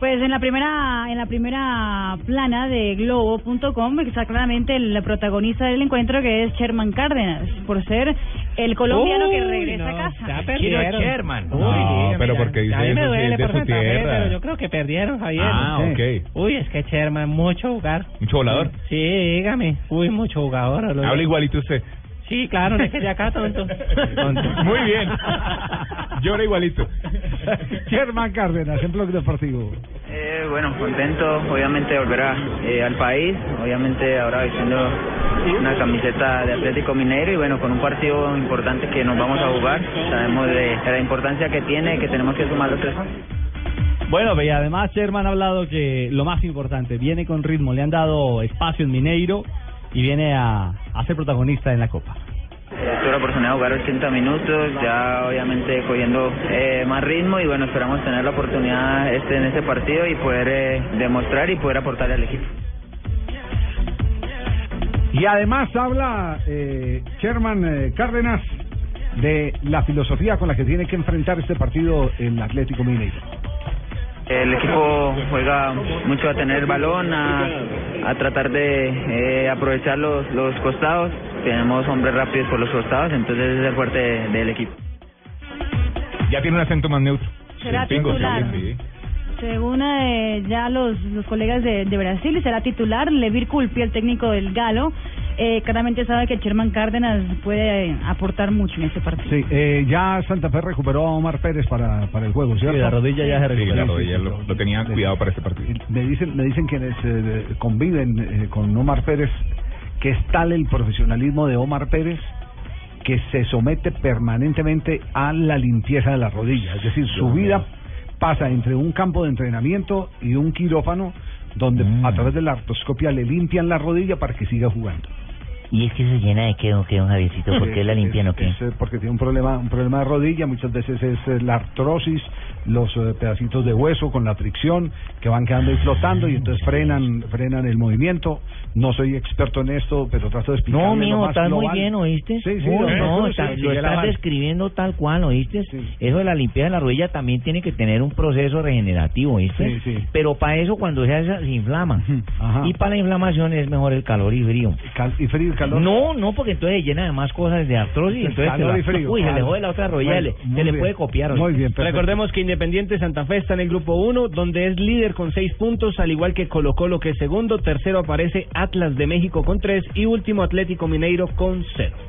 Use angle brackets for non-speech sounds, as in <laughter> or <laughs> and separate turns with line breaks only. Pues en la primera en la primera plana de globo.com exactamente el protagonista del encuentro que es Sherman Cárdenas por ser el colombiano que
Uy,
regresa
no,
a casa.
Ya perdieron.
Quiero Sherman.
Uy,
No,
dígame,
pero
ya.
porque dice
a mí me
eso, sí,
duele
es de
por
su
Santa Fe,
tierra.
pero yo creo que perdieron, Javier.
Ah,
Sí.
ok.
Uy, es que Sherman, mucho jugar.
Mucho volador.
Sí, dígame. Uy, mucho jugador. lo-
Habla igualito usted.
Sí, claro, no es que de acá,
<laughs>
tonto. Tonto.
Muy bien. Llora igualito.
Germán Cárdenas, en Blog Deportivo.
Eh, bueno, contento, obviamente, de volver a, eh, al país. Obviamente, ahora vistiendo una camiseta de Atlético Mineiro y bueno, con un partido importante que nos vamos a jugar. Sabemos de, de la importancia que tiene, que tenemos que sumar los tres.
Bueno, y además Sherman ha hablado que lo más importante, viene con ritmo, le han dado espacio en Mineiro y viene a, a ser protagonista en la Copa.
Eh, tuve la oportunidad de jugar 80 minutos, ya obviamente cogiendo eh, más ritmo y bueno, esperamos tener la oportunidad este, en este partido y poder eh, demostrar y poder aportarle al equipo.
Y además habla eh, Sherman eh, Cárdenas de la filosofía con la que tiene que enfrentar este partido el Atlético Mineiro.
El equipo juega mucho a tener balón, a, a tratar de eh, aprovechar los, los costados. Tenemos hombres rápidos por los costados, entonces es el fuerte de- del equipo.
Ya tiene un acento más neutro.
Será
El pingo,
titular.
sí, sí.
Según eh, ya los, los colegas de, de Brasil, será titular Levir Culpi, el técnico del Galo. Eh, claramente sabe que Sherman Cárdenas puede eh, aportar mucho en este partido.
Sí, eh, ya Santa Fe recuperó a Omar Pérez para, para el juego, ¿cierto?
la rodilla ya se
Sí,
recuperó.
la rodilla lo, lo tenía cuidado para este partido.
Me dicen, me dicen quienes eh, conviven eh, con Omar Pérez que es tal el profesionalismo de Omar Pérez que se somete permanentemente a la limpieza de la rodilla. Es decir, su vida pasa entre un campo de entrenamiento y un quirófano donde
Mm.
a través de la artroscopia le limpian la rodilla para que siga jugando.
¿Y es que se llena de qué, don, qué, don Javiercito? ¿Por qué la
Eh,
limpian o
es-
qué?
es, eh, porque tiene un problema, un problema de rodilla, muchas veces es eh, la artrosis, los eh, pedacitos de hueso con la fricción que van quedando y flotando y entonces frenan, frenan el movimiento. No soy experto en esto, pero trato de explicarlo.
No, mijo, estás muy bien, ¿oíste?
Sí, sí,
no,
lo-
no,
lo-
está-
sí,
lo
sí,
estás
Alan.
describiendo tal cual, ¿oíste?
Sí.
Eso de la limpieza de la rodilla también tiene que tener un proceso regenerativo, ¿oíste?
Sí, sí.
Pero para eso, cuando se hace, se inflama.
Ajá.
Y para la inflamación es mejor el calor y frío.
Cal- y frío y calor.
No, no, porque entonces se llena de más cosas de artrosis.
El
Entonces se
calor
la-
y frío.
Uy, se le
Claro.
jode la otra rodilla,
Bueno,
le-
muy
se le
bien.
puede copiar. ¿oíste?
Muy bien, perfecto.
Recordemos que Independiente Santa Fe está en el grupo 1, donde es líder con 6 puntos, al igual que Colo Colo que es segundo, tercero aparece Atlas de México con 3 y último Atlético Mineiro con 0.